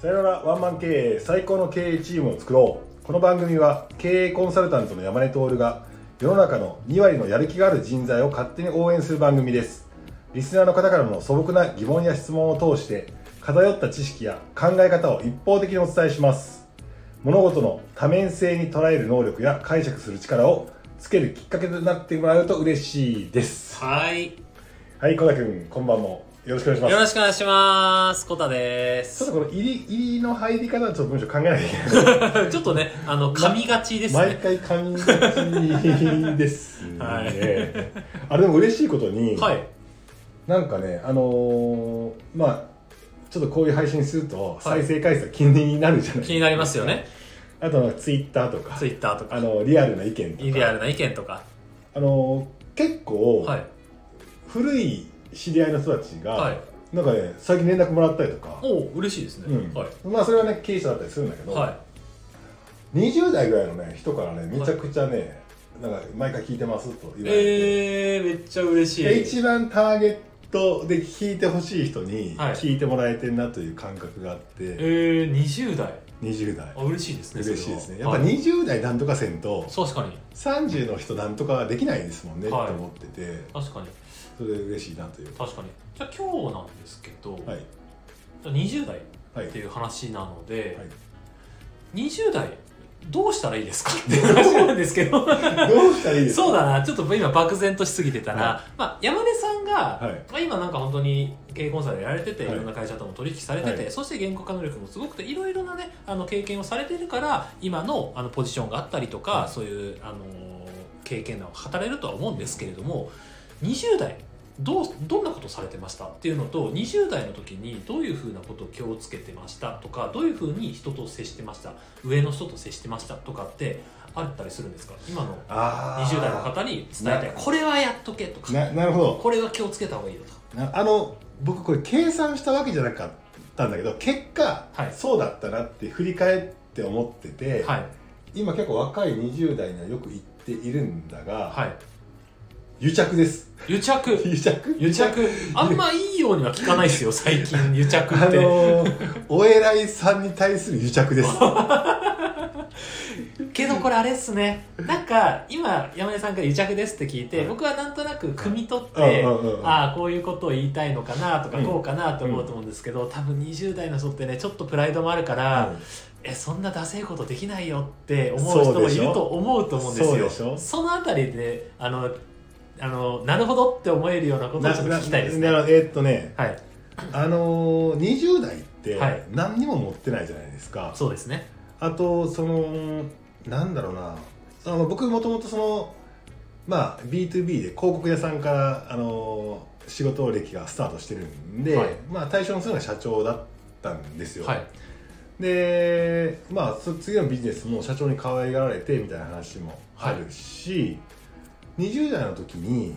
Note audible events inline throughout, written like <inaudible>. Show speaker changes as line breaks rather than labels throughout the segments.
さよならワンマン経営最高の経営チームを作ろうこの番組は経営コンサルタントの山根徹が世の中の2割のやる気がある人材を勝手に応援する番組ですリスナーの方からの素朴な疑問や質問を通して偏った知識や考え方を一方的にお伝えします物事の多面性に捉える能力や解釈する力をつけるきっかけとなってもらうと嬉しいです
はい。よ
はい小田君こんばんもよろしくお願いします
ろしくお願いします。コタで
ちょっ
す
と。この入り入りの入り方はちょっと文章考えなきゃいけない
ちょっとね、あの、噛みがちです
毎
ね。
回感じですね、
はい
あれでも嬉しいことに、
はい。
なんかねあのーまあちょっとこういう配信すると
はい
再生回数が気になるじゃない、
気になりますよね。
あとツイッターとか
ツイッターとか
あ、のリアルな意見とか
リアルな意見とか。
あのー結構、
はい。
古い知り合いの人たちが、
はい。
なんかね最近連絡もらったりとか、
おう嬉しいです
う
ね。
ん
はい。
まあそれはね経営者だったりするんだけど、
は
20代ぐらいのね人からねめちゃくちゃね、なんか毎回聞いてますと
い。
言われて、
えー、めっちゃ嬉しい。
で一番ターゲットで聞いてほしい人に
はい
聞いてもらえてるなという感覚があって、
えー、20代。
20代
あ、嬉しいですね。
嬉しいですね
それ
やっ
は
ぱ、20代なんとかせんと
はい確かに。
30の人なんとかはできないですもんねと
はい
思ってて
確かに。
それ嬉しいなという
確かに。じゃあ今日なんですけど、
はい
20代
はい
っていう話なので、
はい
20代どうしたらいいですかっていう話なんですけど
どうしたらいいですか
そうだなちょっと今漠然としすぎてたな、
は
まあ、山根さんが、
はい
まあ、今なんか本当に経営コンサルやられてて、
はい
い、ろんな会社とも取引されてて、
はい
そして言語化能力もすごくていろいろなねあの経験をされてるから今のあのポジションがあったりとか、
はい
そういうあの経験談を語れるとは思うんですけれども20代どうどんなことされてましたっていうのと20代の時にどういうふうなことを気をつけてましたとかどういうふうに人と接してました上の人と接してましたとかってあったりするんですか今の
あー
20代の方に伝えたい
な
これはやっとけとか
ななるほど
これは気をつけた方がいいよとか
なあの僕これ計算したわけじゃなかったんだけど結果、
はい
そうだったなって振り返って思ってて、
はい
今結構若い20代にはよく言っているんだが、
はい
癒着です
癒着
癒着
癒着あんまいいようには聞かないですよ最近癒着
あ
って
のー <laughs> お偉いさんに対する癒着です
けどこれあれっすねなんか今山根さんから癒着ですって聞いて
はい
僕はなんとなく汲み取っ
うん
て
うんうん
ああこういうことを言いたいのかなとか
うん
こうかなと思うと思うんですけど多分20代の人ってねちょっとプライドもあるか
う
ら
ん
えそんなダセいことできないよって思う人
そう
も
で
い
しょ
ると思うと思うん
そう
で
ですし
よ
ょ
そのあたりであのあのなるほどって思えるようなことをちょっと聞きたいですね
なななえーっとね
はい
あのー、20代って
はい
何にも持ってないじゃないですか、
そうですね
あとそのなんだろうなあの僕もともとそのまあ B2B で広告屋さんからあの仕事歴がスタートしてるんで、
はい
まあ対象にするのが社長だったんですよ、
はい
でまあそ次のビジネスも社長に可愛がられてみたいな話もあるし、20代の時に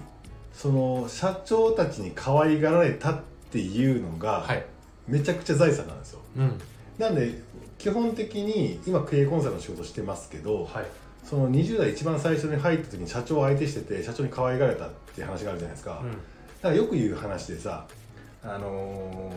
その社長たちに可愛がられたっていうのが、
はい
めちゃくちゃ財産なんですよ
うん
なんで基本的に今経営コンサルの仕事してますけど、
はい
その20代一番最初に入った時に社長を相手してて社長に可愛がられたっていう話があるじゃないですか、
う
だ
ん
からよく言う話でさあの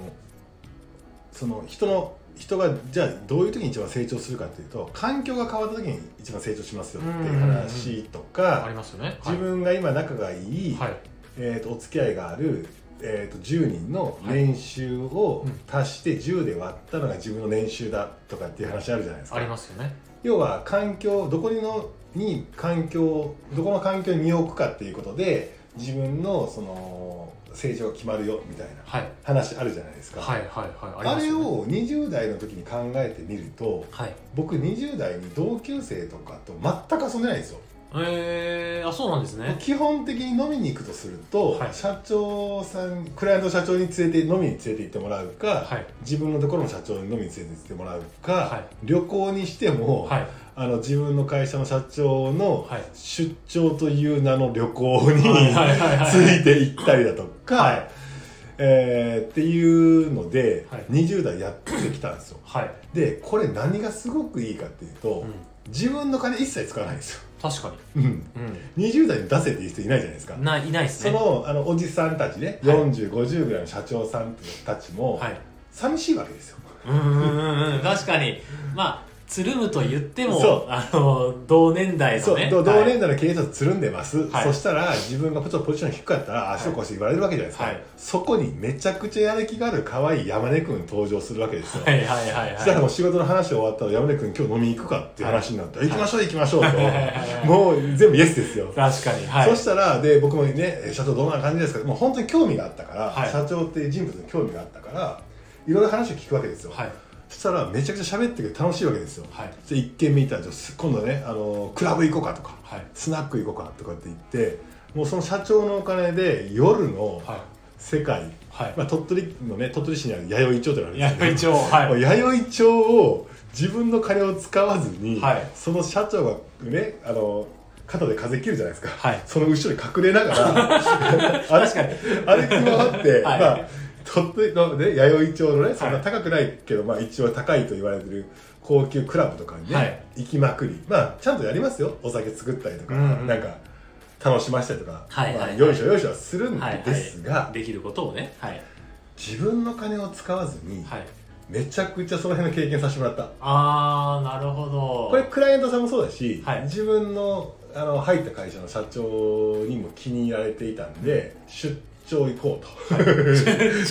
ーその人の人がじゃあどういう時に一番成長するかっていうと環境が変わった時に一番成長しますよっていう話と
あ
か
りますよね
自分が今仲がいい、
はい
えー、とお付き合いがある、えー、と10人の年収を
はいうん
足して10で割ったのが自分の年収だとかっていう話あるじゃないです
あり
か
ますよね
要は環境どこにのに環境をどこの環境に身を置くかっていうことで自分のその成長が決まるよみたいな
はい
話あるじゃないですか、
はいはいはい
あ
ります
れ
よね
を20代の時に考えてみると
はい
僕20代に同級生とかと全く遊んでないんですよ
えー、あそうなんですね
基本的に飲みに行くとすると、
はい
社長さんクライアント社長に連れて飲みに連れて行ってもらうか、
はい
自分のところの社長に飲みに連れて行ってもらうか、
は
旅行にしても、
はい
あの自分の会社の社長の
はい
出張という名の旅行に、
はいはいはい
ついて行ったりだとか、
はい
えーっていうので、
はい
20代やってきたんですよ
はい、
でこれ何がすごくいいかっていうと、
うん、
自分の金一切使わないんですよ、
確か
うん、
に、
20代に出せっていう人いないじゃないですか
うん、ないいないです
そ
ね
のあのおじさんたちね、
はい
4050ぐらいの社長さんたちも、
はい
寂しいわけですよ
うんうんうんうん確かにまあつるむと言って
そう
もあの同年代
そ
の
う、
ね
同
はい
年代の経営者とつるんでます、
はい
そしたら自分がちょっとポジション低かったら足を越して言われるわけじゃないですか、
はい
そこにめちゃくちゃやる気がある可愛い山根君登場するわけですよ、
はいはいはい
そしたら
は
もう仕事の話終わったら山根君今日飲みに行くかっていう話になって、行きましょう行きましょう
<laughs>
と、
い
もう全部イエスですよ
い確かにはい
そしたらで僕もねえ社長どんな感じですかもう本当に興味があったから、
はい
社長っていう人物に興味があったからいろいろ話を聞くわけですよ、
はい
そしたらめちゃくちゃ喋ってくれて楽しいわけですよ
はい
で一軒目行ったらじゃあす今度ねあのクラブ行こうかとか
はい
スナック行こうかとかって言ってもうその社長のお金で夜の
はい
世界、
はい
まあ、鳥取のね鳥取市にある弥生町というのがあるんですけど
弥生町はい
もう弥生町を自分の金を使わずに、
はい
その社長がねあの肩で風切るじゃないですか、
はい
その後ろに隠れながら
<laughs> 確かに
<laughs> 歩き回って、
はい
まあ鳥取のね弥生町のねそんな
はい
高くないけど、まあ一応高いと言われてる高級クラブとかにね、
はい
行きまくりまあちゃんとやりますよお酒作ったりとか、
うんうん
なんか楽しましたりとか、
はいはいはい
まあ、よいしょよいしょはするん
はいはい
ですが、
できることをねはい
自分の金を使わずに、
はい
めちゃくちゃその辺の経験させてもらった
ああなるほど
これクライアントさんもそうだし、
はい
自分のあの入った会社の社長にも気に入られていたんで出張行こうと、
<laughs>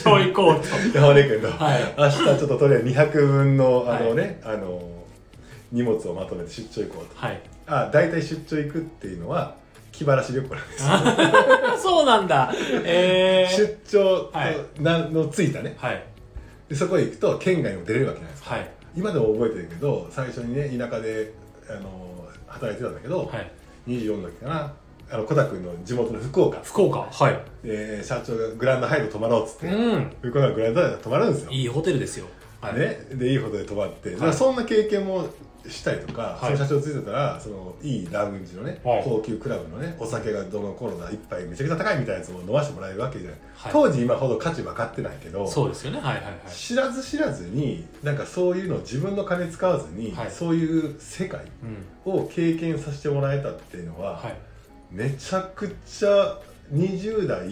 超行こうと
山根君と、
はい
明日ちょっととりあえず200分のあ
はい
のね、あの荷物をまとめて出張行こうと
はい <laughs>
あ大体出張行くっていうのは気晴らし旅行なんですよ
そうなんだえー、
出張
はい
なのついたね
はい
でそこへ行くと県外にも出れるわけじゃないですか
はい
今でも覚えてるけど最初にね田舎であの働いてたんだけど、
はい
24の時かなあのコタ君の地元の福岡、
福岡はい
えー社長がグランドハイル泊まろうっつって、
うん
福岡のグランドハイル泊まるんですよ、
いいホテルですよはい、
ね、でいいほどで泊まって、だからそんな経験もしたりとか、
はい
その社長ついてたらそのいいラウンジのね、
はい
高級クラブのねお酒がどのコロナ一杯めちゃくちゃ高いみたいなやつも飲ませてもらえるわけじゃない、
はい
当時今ほど価値分かってないけど
そうですよねはいはいはい
知らず知らずになんかそういうのを自分の金使わずに、
はい
そういう世界
うん
を経験させてもらえたっていうのは、
はい
めちゃくちゃ20代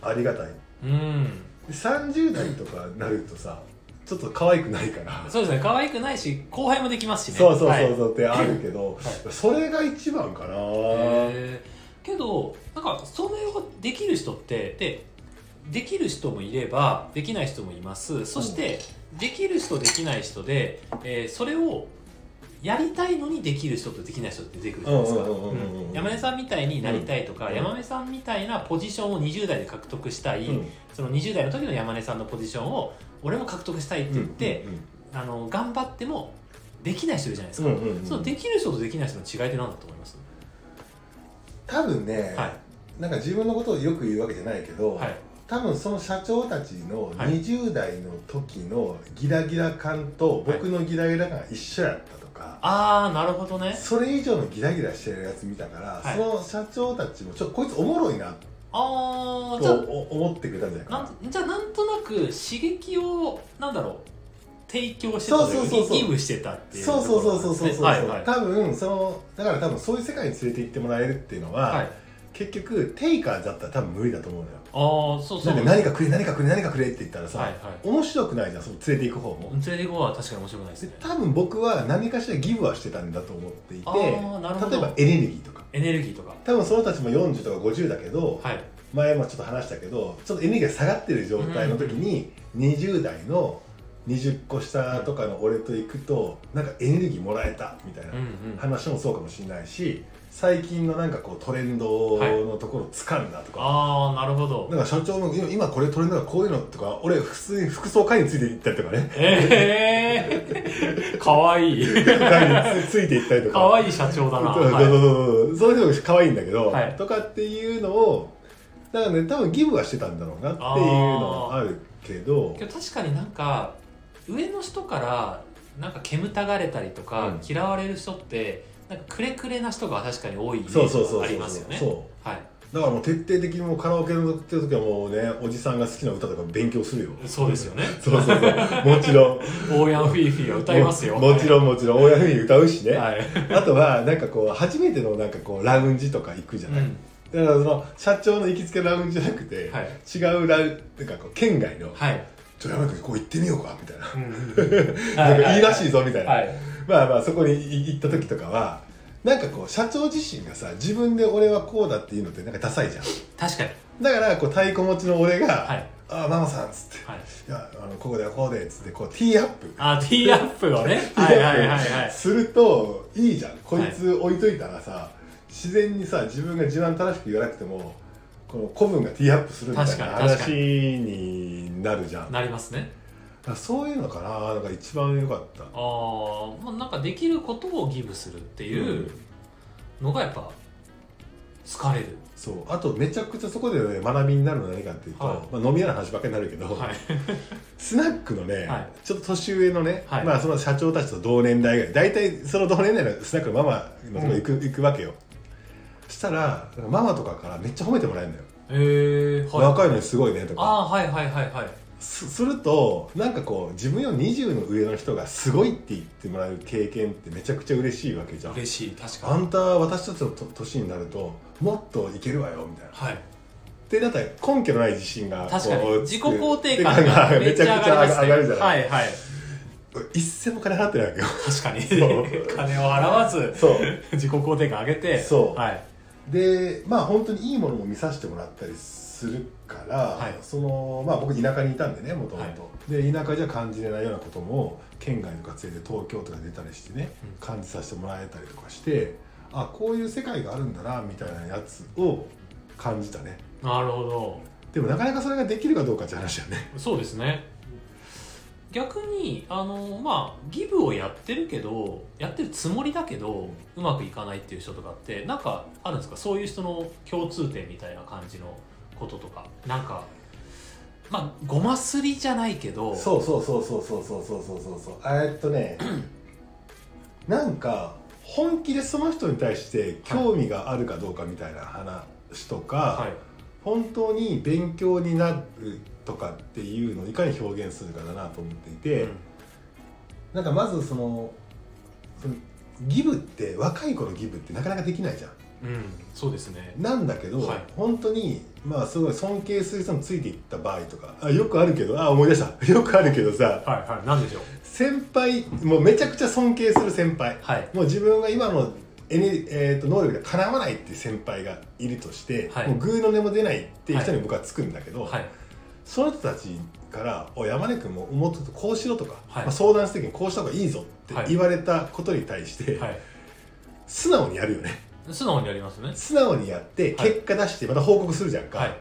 ありがたい、
うん
30代とかなるとさちょっと可愛くないから、
そうですね可愛くないし後輩もできますしね
そうそう
はい
そうそうってあるけど、
は
それが一番かな、
へーけどなんかそれをできる人ってでできる人もいればできない人もいますそして、できる人できない人で、えーそれをやりたいのにできる人とできない人って出てくるじゃないですか
うんうんうんうんうん
うん山根さんみたいになりたいとか、
うん
山根さんみたいなポジションを20代で獲得したい、
うん
その20代の時の山根さんのポジションを俺も獲得したいって言って、あの頑張ってもできない人いるじゃないです
うん
か、
うんうんうん
そのできる人とできない人の違いって何だと思います
多分ね、
はい
なんか自分のことをよく言うわけじゃないけど、
はい
多分その社長たちの
はい
20代の時のギラギラ感と僕のギラギラ感が一緒やったとか、
ああなるほどね
それ以上のギラギラしてるやつ見たから、
はい
その社長たちもちょっとこいつおもろいな
ああじゃ
とお思ってくれたんじゃない
あ
かな
なんじゃあなんとなく刺激をなんだろう提供してたとい
そうそうそうそう
義務してたっていうと
そう
こ
そうそうん
ろな
そう
で
そう
すね
そう、
はいはい
多分そのだから多分そういう世界に連れて行ってもらえるっていうのは、
はい
結局テイカーズだったら多分無理だと思うのよ
ああそう
な
そうん
か何かくれ何かくれ何かくれって言ったらさ、
はいはい
面白くないじゃんその連れて行く方も、
連れて行こうは確かに面白くないです
で
ね
多分僕は何かしらギブはしてたんだと思っていて
あーなるほど
例えばエネルギーとか
エネルギーとか
多分その人たちも40とか50だけど、
はい
前もちょっと話したけどちょっとエネルギーが下がってる状態の時に、20代の20個下とかの俺と行くとなんかエネルギーもらえたみたいな
うんうん
話もそうかもしれないし最近のなんかこうトレンドのところを掴んだとか、
ああなるほど
なんか社長も今今これトレンドがこういうのとか俺普通に服装会についていったりとかね
ええー、 <laughs> かわ
<laughs>
いい
会につついていったりとか
かわいい社長だな、
そうそう
はい、
そうそうそういうのが可愛いんだけど、
はい
とかっていうのをだからね多分ギブはしてたんだろうなっていうのはあるけど
けど確かになんか上の人からなんか煙たがれたりとか、
うん
嫌われる人ってなんかくれくれな人が確かに多いイメ
そうそうそう
ージが
そう
ありますよね
そ
は
うだからもう徹底的にもうカラオケの時はもうねおじさんが好きな歌とか勉強するよ
いそうですよね
そうそうそう
<laughs>
もちろん
オーヤンフィーフィーは歌いますよ
ももちろんもちろん親ふうに歌うしね、
はい、はい
あとはなんかこう初めてのなんかこうラウンジとか行くじゃ
う
ない、
ん
だからその社長の行きつけのラウンジじゃなくて、
は
違うラウなんかこう県外の
はい、
ちちょっと山田君こう行ってみようかみたいな
うん
なんかいいらしい
ぞ
ぞみたいな、
はい
まあまあそこにい行った時とかはなんかこう社長自身がさ自分で俺はこうだっていうのってなんかダサいじゃん
確かに
だからこう太鼓持ちの俺が「
はい
ああママさん」っつって
はい
「いやあのここではこうで」っつってこうティーアップ
あティーアップをねはいはいはいはい
するといいじゃんこいつ置いといたらさ、自然にさ自分が柔軟正しく言わなくてもこの古文がティーアップするみたい
確
な
かに確か
話になるじゃんだか
なりますね
らそういうのかななんか一番良かった
あーまあなんかできることをギブするっていうのがやっぱ好かれる
そうあとめちゃくちゃそこで、ね、学びになるのは何かっていうと、
は
まあ、飲み屋の話ばっかりになるけど、
はい
スナックのね、
はい
ちょっと年上のね、
はい
まあ、その社長たちと同年代ぐらい大体その同年代のスナックのママのとこ行く,、行くわけよそしたらなんかママとかからめっちゃ褒めてもらえるのよ、
えー、はい
若いのにすごいねとか
ああーはいはいはいはい
すするとなんかこう自分より20の上の人がすごいって言ってもらう経験ってめちゃくちゃ嬉しいわけじゃん
嬉しい確か
あ
に
んた私たちのと年になるともっといけるわよみたいな
はい
でだったら根拠のない自信が
確か
こ
に
う
自己肯定感がめ
め
っち
ちゃ
ゃ
くちゃ
上がりますね
上がるじゃな、
はいいはい
一銭も金払ってないわけよ
確かに
そう
<laughs> 金を払わず
そう
自己肯定感上げて
そう
はい
でまあ本当にいいものも見させてもらったりするから、
はい
そのまあ僕田舎にいたんでねもとも
は
とで田舎じゃ感じれないようなことも県外とか連れて東京とか出たりしてね
うん
感じさせてもらえたりとかしてあこういう世界があるんだなみたいなやつを感じたね
なるほど
でもなかなかそれができるかどうかって話だよね
そうですね逆にあのまあギブをやってるけどやってるつもりだけどうまくいかないっていう人とかってなんかあるんですかそういう人の共通点みたいな感じのこととかなんかまあごますりじゃないけど
そうそうそうそうそうそうそうそうそうそうえーっと
<clears throat>
ねなんか本気でその人に対して興味があるかどうかみたいな話とか、
はい
本当に勉強になるとかっていうのをいかに表現するかだなと思っていて、
うん
なんかまずそのそのギブって若い子のギブってなかなかできないじゃん
うん、そうですね
なんだけど、
はい
本当にまあすごい尊敬する人についていった場合とかあよくあるけどあ思い出した <laughs> よくあるけどさ
はいはいなんでしょう
先輩もうめちゃくちゃ尊敬する先輩
はい
もう自分が今のエネ、えー、と能力がかなわないっていう先輩がいるとして、
はい
もうグーの音も出ないっていう人に僕はつくんだけど、
はい
その人たちから「おい山根君ももっとこうしろ」とか、
はい
まあ、相談した時にこうした方がいいぞって
はい
言われたことに対して、
はい
素直にやるよね
素直にやりますね
素直にやって
はい
結果出してまた報告するじゃんか、
はい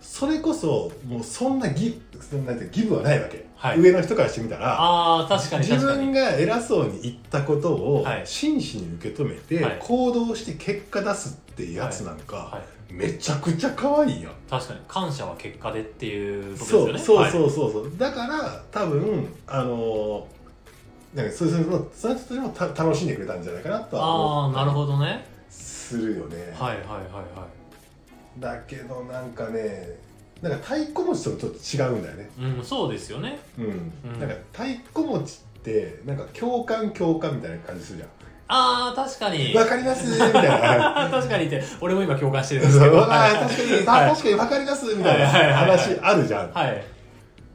それこそもうそんなギそんななんていうのギブはないわけ、
はい
上の人からしてみたら
ああ確かに
自
確かに
分が偉そうに言ったことを
はい
真摯に受け止めて、
はい
行動して結果出すってやつなんか、
はい
めちゃくちゃ可愛いやん
確かに感謝は結果でっていうことです
そ
よ
う
ね
そうそ
う、
うそうそう、だから多分あのーなんかそういうのその人たちもた楽しんでくれたんじゃないかなとは
ああ
思
なるほどね
するよね、
はいはいはいは
だけどなんかねなんか太鼓持ちともちょっと違うんだよね
いうんそうですよね
うん、
うん
なんか太鼓持ちってなんか共感共感みたいな感じするじゃ
ああ確かに
んわかり
<laughs>
ますみたいな
確かにって俺も今共感してるんですけ
そう
ど
わ
はい
あ確かに、
はい
あ確かに分かりますみたいな
はいはいはいはい
話あるじゃん、
はい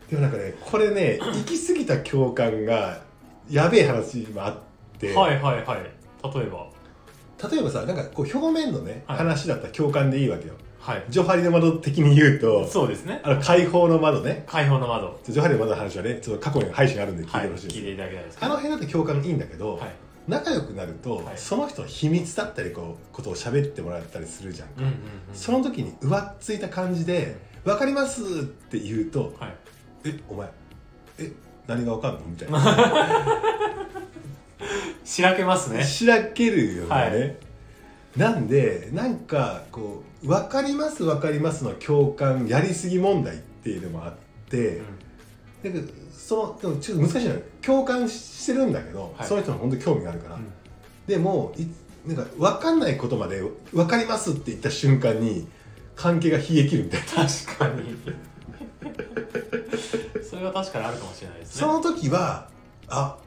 でもなんかねこれね行き過ぎた共感がやべえ話もあって、
はいはいはい例えば
例えばさなんかこう表面のね、
はい
話だったら共感でいいわけよ
はい
ジョハリの窓的に言うと
そうですね
あの解放の窓ね
解放の窓
ジョハリの窓の話はねちょっと過去に配信あるんで聞い
は
て
い
ほしいです、
聞いていただけないです
あ
か
の辺だと共感いいんだけど、
はい
仲良くなると、
はい
その人の秘密だったりこうことを喋ってもらったりするじゃん
うんうんうん
その時に上っついた感じで「分かります」って言うと
はい
「えお前え何が分かんの?」みたいな
しらけますね
しらけるよね、
はい
なんでなんかこう「分かります分かります」の共感やりすぎ問題っていうのもあって、なんかそのでもちょっと難しいのよ共感してるんだけど、
はい
その人の本当に興味があるから、
うん
でもいなんか分かんないことまで「分かります」って言った瞬間に関係が冷え切るみたいな。
確かにそれは確かにあるかもしれないです
そ
ね
の時は「あ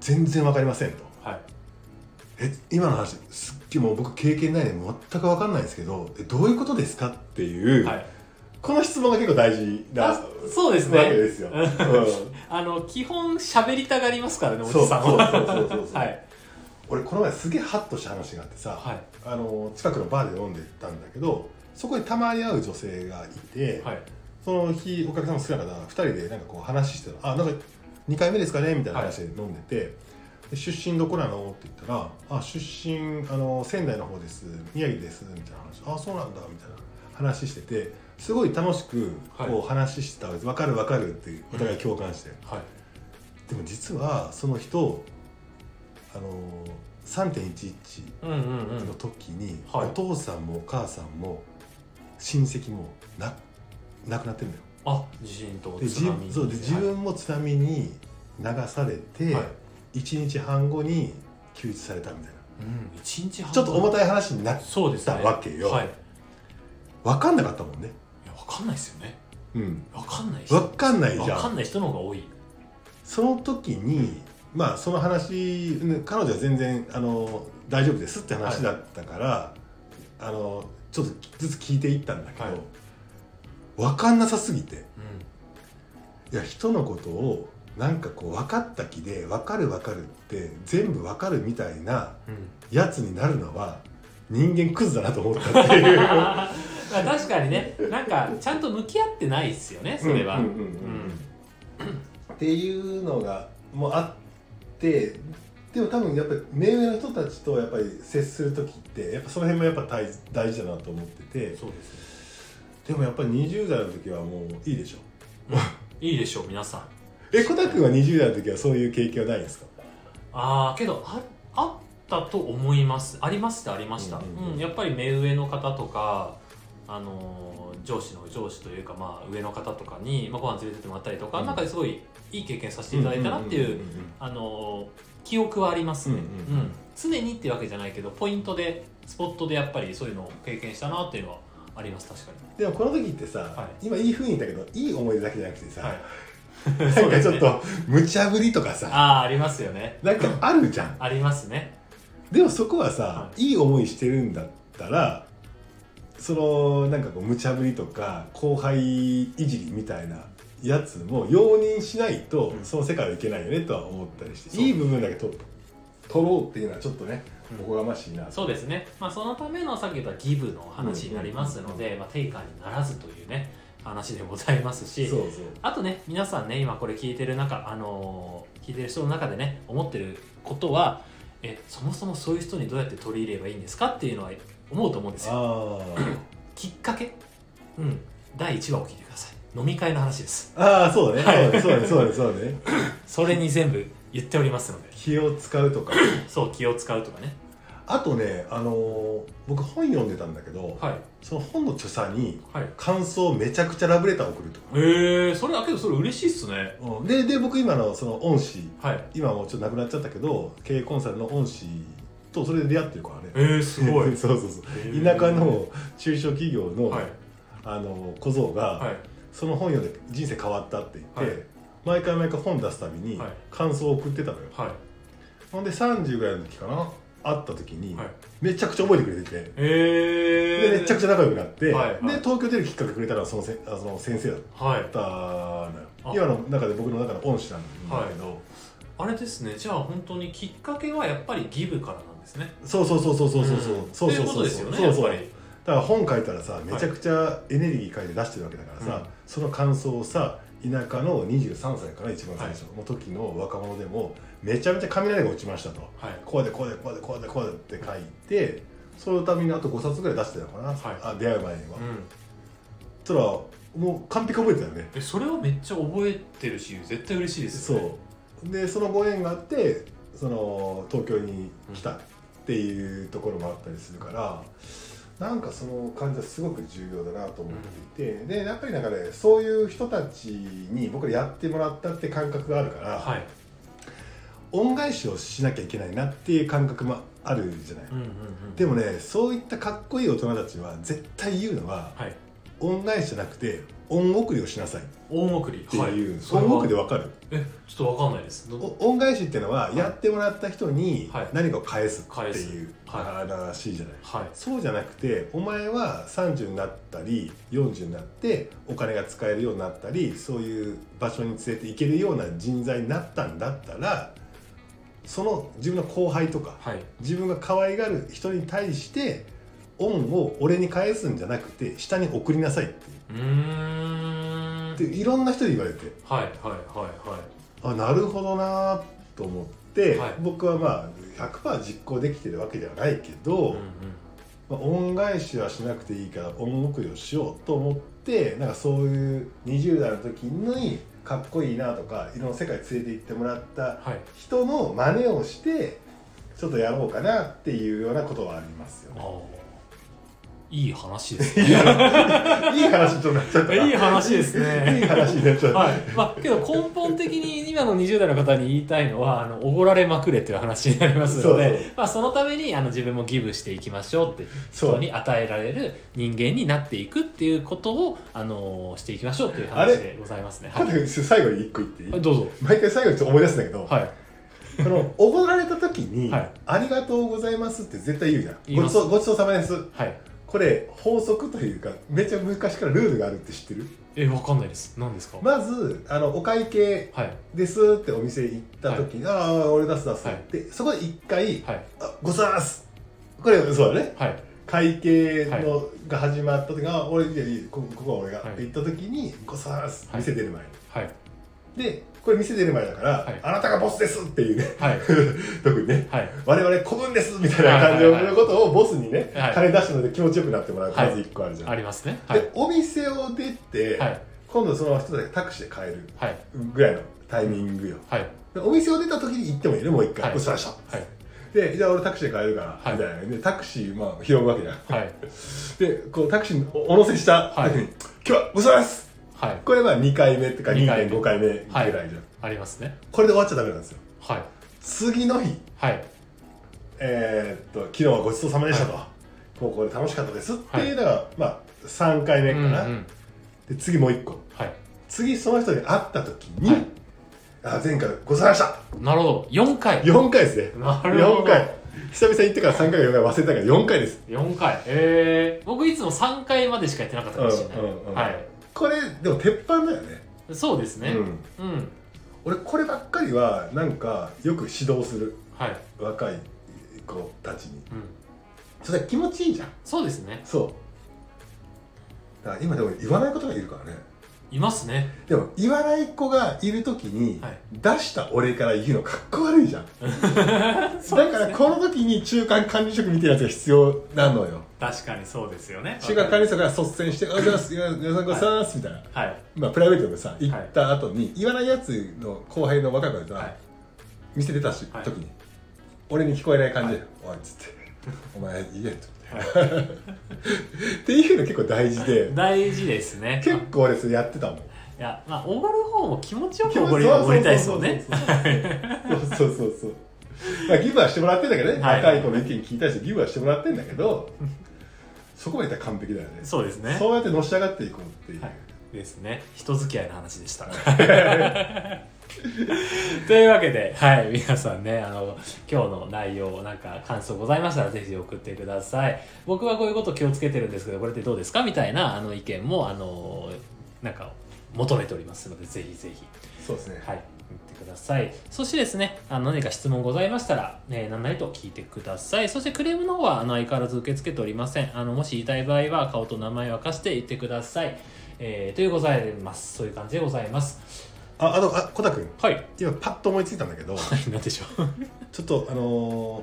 全然わかりません」と
はい
「え今の話すっげえもう僕経験ないんで全くわかんないんですけどえどういうことですか?」っていう、
はい
この質問が結構大事な
あそうです
わけ
ね
ですよ。
うん
うん
あの基本喋りたがりますからねおじ
そう
さんは
そうそうそうそう
はい
俺この前すげえハッとした話があってさ、
はい
あの近くのバーで飲んでたんだけどそこにたまに会う女性がいて、
はい
その日お客さんも好きだから2人でなんかこう話してたら「あなんか2回目ですかね」みたいな話で飲んでてで「出身どこなの?」って言ったら「あ出身あの仙台の方です宮城です」みたいな話「あそうなんだ」みたいな話しててすごい楽しく
はい
こう話してたわけです「分かる分かる」ってお互い共感して、
はい
でも実はその人あの3.11
うんうんう
の
ん
時に、
はい
お父さんもお母さんも親戚もな亡くなってるんだよ。
あ地震と
で
津
自
波
そうで自分も津波に流されて、
はい
1日半後に救出されたみたいな
うん一日半
ちょっと重たい話になっ
そうですね
たわけよ
はいい
分かんなかったもんね、
やわかんないですよね
うん、
わかんない人
分かんないじ
わ
ゃ
か
ん
んない人の方が多い
その時にまあその話ね彼女は全然あの大丈夫ですって話だったから、あのちょっとずつ聞いていったんだけど、
はい
分かんなさすぎて
うん
いや人のことをなんかこう分かった気で分かる分かるって全部分かるみたいな
うん
やつになるのは人間クズだなと思ったっていう
<laughs> まあ確かにねなんかちゃんと向き合ってないですよねそれは
うんうんうんうんっていうのがもうあってでも多分やっぱり目上の人たちとやっぱり接する時ってやっぱその辺もやっぱ大大事だなと思って
うん
て
そうですね
でもやっぱり20代の時はもういいでしょ
いいでしょう皆さん
えコタ君は20代の時はそういう経験はないんですか
ああけどああったと思いますありましたありました、
う
うんん
うんうん
やっぱり目上の方とかあのー上司の上司というか、まあ、上の方とかに、まあ、ご飯連れてってもらったりとか、
うん
なんかすごいいい経験させていただいたなっていう,、
んんんん
あのー記憶はありますね、
うんうんうん
常にっていうわけじゃないけどポイントでスポットでやっぱりそういうのを経験したなっていうのはあります確か
でもこの時ってさ、
は
今いい風に言ったけどいい思い出だけじゃなくてさ、
に、はい、 <laughs>
な
そ
ん
うで
かち
す
ょっ
ね
と無茶ぶりとかさ
ああありますよね
なんかあるじゃん
ありますね
でもそこはさ、、
はい
い思いしてるんだったらそのなんかこう無茶ぶりとか後輩いじりみたいなやつも容認しないと、
うん
その世界はいけないよねとは思ったりして、
そう
いい部分だけと取ろうっていうのはちょっとね
うん
おこがましいな、
そうですね、まあ、そのためのさっき言ったギブの話になりますので、まあ、テイカーにならずというね話でございますし
そう
あとね皆さんね今これ聞いてる中、あのー聞いてる人の中でね思ってることはえそもそもそういう人にどうやって取り入れればいいんですかっていうのは思うと思うんですよ
あー
きっかけうん第1話を聞いてください飲み会の話です
あーそうだね、
はい
そうだねそうだねそうだね
それに全部言っておりますので
気を使うとか
そう気を使うとかね
あとね、あのー僕本読んでたんだけど、
はい
その本の著者に
はい
感想をめちゃくちゃラブレター送るとか、
えー、それだけどそれ嬉しいっすね
うんでで僕今のその恩師
はい
今もうちょっと亡くなっちゃったけど経営コンサルの恩師とそれで出会ってるからね
えー、すご <laughs>
<laughs>
い
そうそうそう田舎の中小企業の、
はい
あの小僧が、
はい
その本読んで人生変わったって言って、
はい
毎回毎回本出すたびに
はい
感想を送ってたのよ、
はい
ほんで30ぐらいの時かな会った時に、
はい
めちゃくちゃ覚えてくれてて
え
でめちゃくち
ゃ
ゃ仲良くなって、
はいはい
で東京出るきっかけくれたのはそのせあその先生だっ
はい
たのよ
あ
今の中で僕の中の恩師なんだけど、
あれですねじゃあ本当にきっかけはやっぱりギブからなんですね
そうそうそうそうそうそうそう、そうそ
ん
う
ということ
そう
ですよね
そうそう
やっぱり
だから本書いたらさめちゃくちゃエネルギー書いて出してるわけだからさ、
うん
その感想をさ田舎の23歳から一番最初の時の若者でもめちゃめちゃ雷が落ちましたと
はい
こうでこうでこうでこうでこうでって書いてそのためにあと5冊ぐらい出してたのかな、
はい
あ出会う前には、
うん
そしたらもう完璧覚えてたよね
えそれはめっちゃ覚えてるし絶対嬉しいですよね
そうでそのご縁があってその東京に来たっていうところもあったりするから、なんかその感じはすごく重要だなと思っていて、でやっぱりなんかねそういう人たちに僕らやってもらったって感覚があるから、
はい
恩返しをしなきゃいけないなっていう感覚もあるじゃない、
うんうんうん
でもねそういったかっこいい大人たちは絶対言うのは
はい
オン返しじゃなくてオン送りをしなさいっ
音送り
ていう、
はい、
オン送りで
り
わかる
えちょっとわかんないですど
お恩返しっていうのは、
い
やってもらった人に
はい
何かを返すって
返す
いう
は
話じゃない、
はい
そうじゃなくてお前は30になったり40になってお金が使えるようになったりそういう場所に連れて行けるような人材になったんだったらその自分の後輩とか
はい
自分が可愛がる人に対して恩を俺に返すんじゃなくて下に送りなさいって
うーん
いうでいろんな人に言われて
はいはいはいはい
あなるほどなーと思って、
はい
僕はまあ100%実行できてるわけではないけど、
うんうん
まあ、恩返しはしなくていいから恩送りをしようと思ってなんかそういう20代の時にかっこいいなとかいろんな世界連れて行ってもらった
はい
人の真似をしてちょっとやろうかなっていうようなことはありますよ
あ <laughs>
ね。
ーいい話ですね
いい話となっちゃったな。
いい話ですね
いい話になっちゃった。
はいまあ、けど根本的に今の20代の方に言いたいのはあのおごられまくれという話になりますので
そうそう
まあ、そのためにあの自分もギブしていきましょうって
そう
人に与えられる人間になっていくっていうことを、あのしていきましょうという
あ
話
れ
でございますね。は
加
い、
藤君最後に一個言っていい
どうぞ、
毎回最後にちょっと思い出すんだけど、
はい、
このおごられた時に、
はい
ありがとうございますって絶対言うじ
言
ゃん。ご
いま
ち
す
そうごちそうさまです。
はい、
これ法則というかめっちゃ昔からルールがあるって知ってる？
えわかんないです何ですか、
まずあのお会計
はい
ですってお店行った時に、ああ俺出す出す、
はい
でそこで一回、
はい
あごちそうさまです。これそうだね。
はい
会計の、が始まった時があ俺いやいやこここは俺が、
はい
って行った時にごちそうさまです。
はい
店出る前に。
はい
でこれ店出る前だから、
はい
あなたがボスですっていうね <laughs>
はい
特にね
はい
我々古文ですみたいな感じのことをボスにね、
はい
金出したので気持ちよくなってもらう、
はい
まず1個あるじゃん、
ありますねはい
でお店を出て、
はい
今度その人たちがタクシーで帰る
はい
ぐらいのタイミングよ、
はい
でお店を出た時に行ってもいいねもう一
は
回、
い
ごちそうさまでした、
はい
でじゃあ俺タクシーで帰るから、
はい
みたいなねでタクシーまあ拾うわけじゃん
はい
でこうタクシーにお乗せした時に、
はい
<laughs> 今日はごちそうさまです
はい
これは2回目ってか
二回目
2.5回目ぐらいじゃん、
ありますね
これで終わっちゃダメなんですよ
はい
次の日
はい
えーっと昨日はごちそうさまでしたと、高校で楽しかったですっていうのが、まあ3回目
う
か
んうん
な、で次もう1個
はい
次その人に会った時に、
はい
あ前回ごちそうさまでした
なるほど4回
4回ですね
なるほど
4回久々行ってから3回か4回忘れたから4回です
4回えー、僕いつも3回までしかやってなかったかもしれない、
うんうんうん
はい
これでも鉄板だよね
そうですね
うん
うん、
俺こればっかりはなんかよく指導する
はい、
若い子たちに
うん、
それは気持ちいいじゃん
そうですね
そうだから今でも言わないことがいるからね
いますね
でも言わない子がいる時に、
はい
出した俺から言うのかっこ悪いじ
<laughs>
ゃんだからこの時に中間管理職みたいなやつが必要なのよ
確かにそうですよね
中間管理職が率先して「おはようございます皆さんございます」みたいな、
はい
まあ、プライベートでさ行った後に、言わないやつの後輩の若い子がさ、
はい
店出たし、
はい
時に俺に聞こえない感じで「おい」っつ
<laughs>
って「お前言え」と思って、 <laughs> っていうの結構大事で
大事ですね
結構俺それやってたもん
いやまあおごる方も気持ちよくおごりおごりたいですよね
そうそうそうそうまあギブはしてもらってんだけどね、
はい
若い子の意見聞いたりしてギブはしてもらってんだけどそこまでいったら完璧だよね
そうですね
そうやってのし上がっていこうっていう、
はいですね人付き合いの話でした <laughs> というわけで、はい、皆さんねあの今日の内容なんか感想ございましたらぜひ送ってください僕はこういうこと気をつけてるんですけどこれってどうですかみたいなあの意見もあのなんか求めておりますのでぜひぜひ
そうですね、
はい、言ってください。そしてですね、あの何か質問ございましたら、えー何なりと聞いてください。そしてクレームの方はあの相変わらず受け付けておりません。あのもし言いたい場合は顔と名前を明かして言ってください。えー、というございます。そういう感じでございます。
ああとあコタ君
はい。
今パッと思いついたんだけど
<laughs> 何でしょう。
ちょっとあのー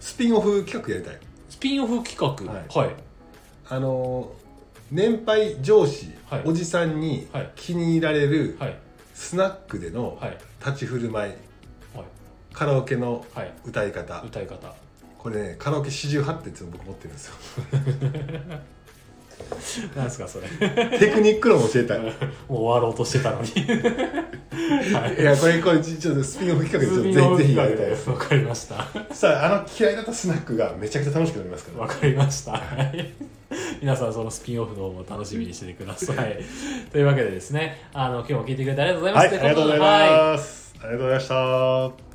スピンオフ企画やりたい
スピンオフ企画。
は
はいい。
あのー年配上司、
はい
おじさんに
はい
気に入られる
はい。
スナックでの
はい。
立ち振る舞い
はい。
カラオケの
はい。
歌い方、
歌い方。
これねカラオケ48点っていうの僕持ってるんですよ
なんですか、それ。
テクニック論教えたい
<laughs> もう終わろうとしてた <laughs> のに。はい
やこれこれちちょっとスピンオフ企画でちょっとぜひぜひやりたいです
わかりました。 <laughs>
さああの嫌いだったスナックがめちゃくちゃ楽しくなりますから
わかりました。はい皆さんそのスピンオフの方も楽しみにしててください。というわけでですね、あの、今日も聞いてくれてありがとうございま
は
す。
い、ありがとうござい
は
ます。ありがとうございました。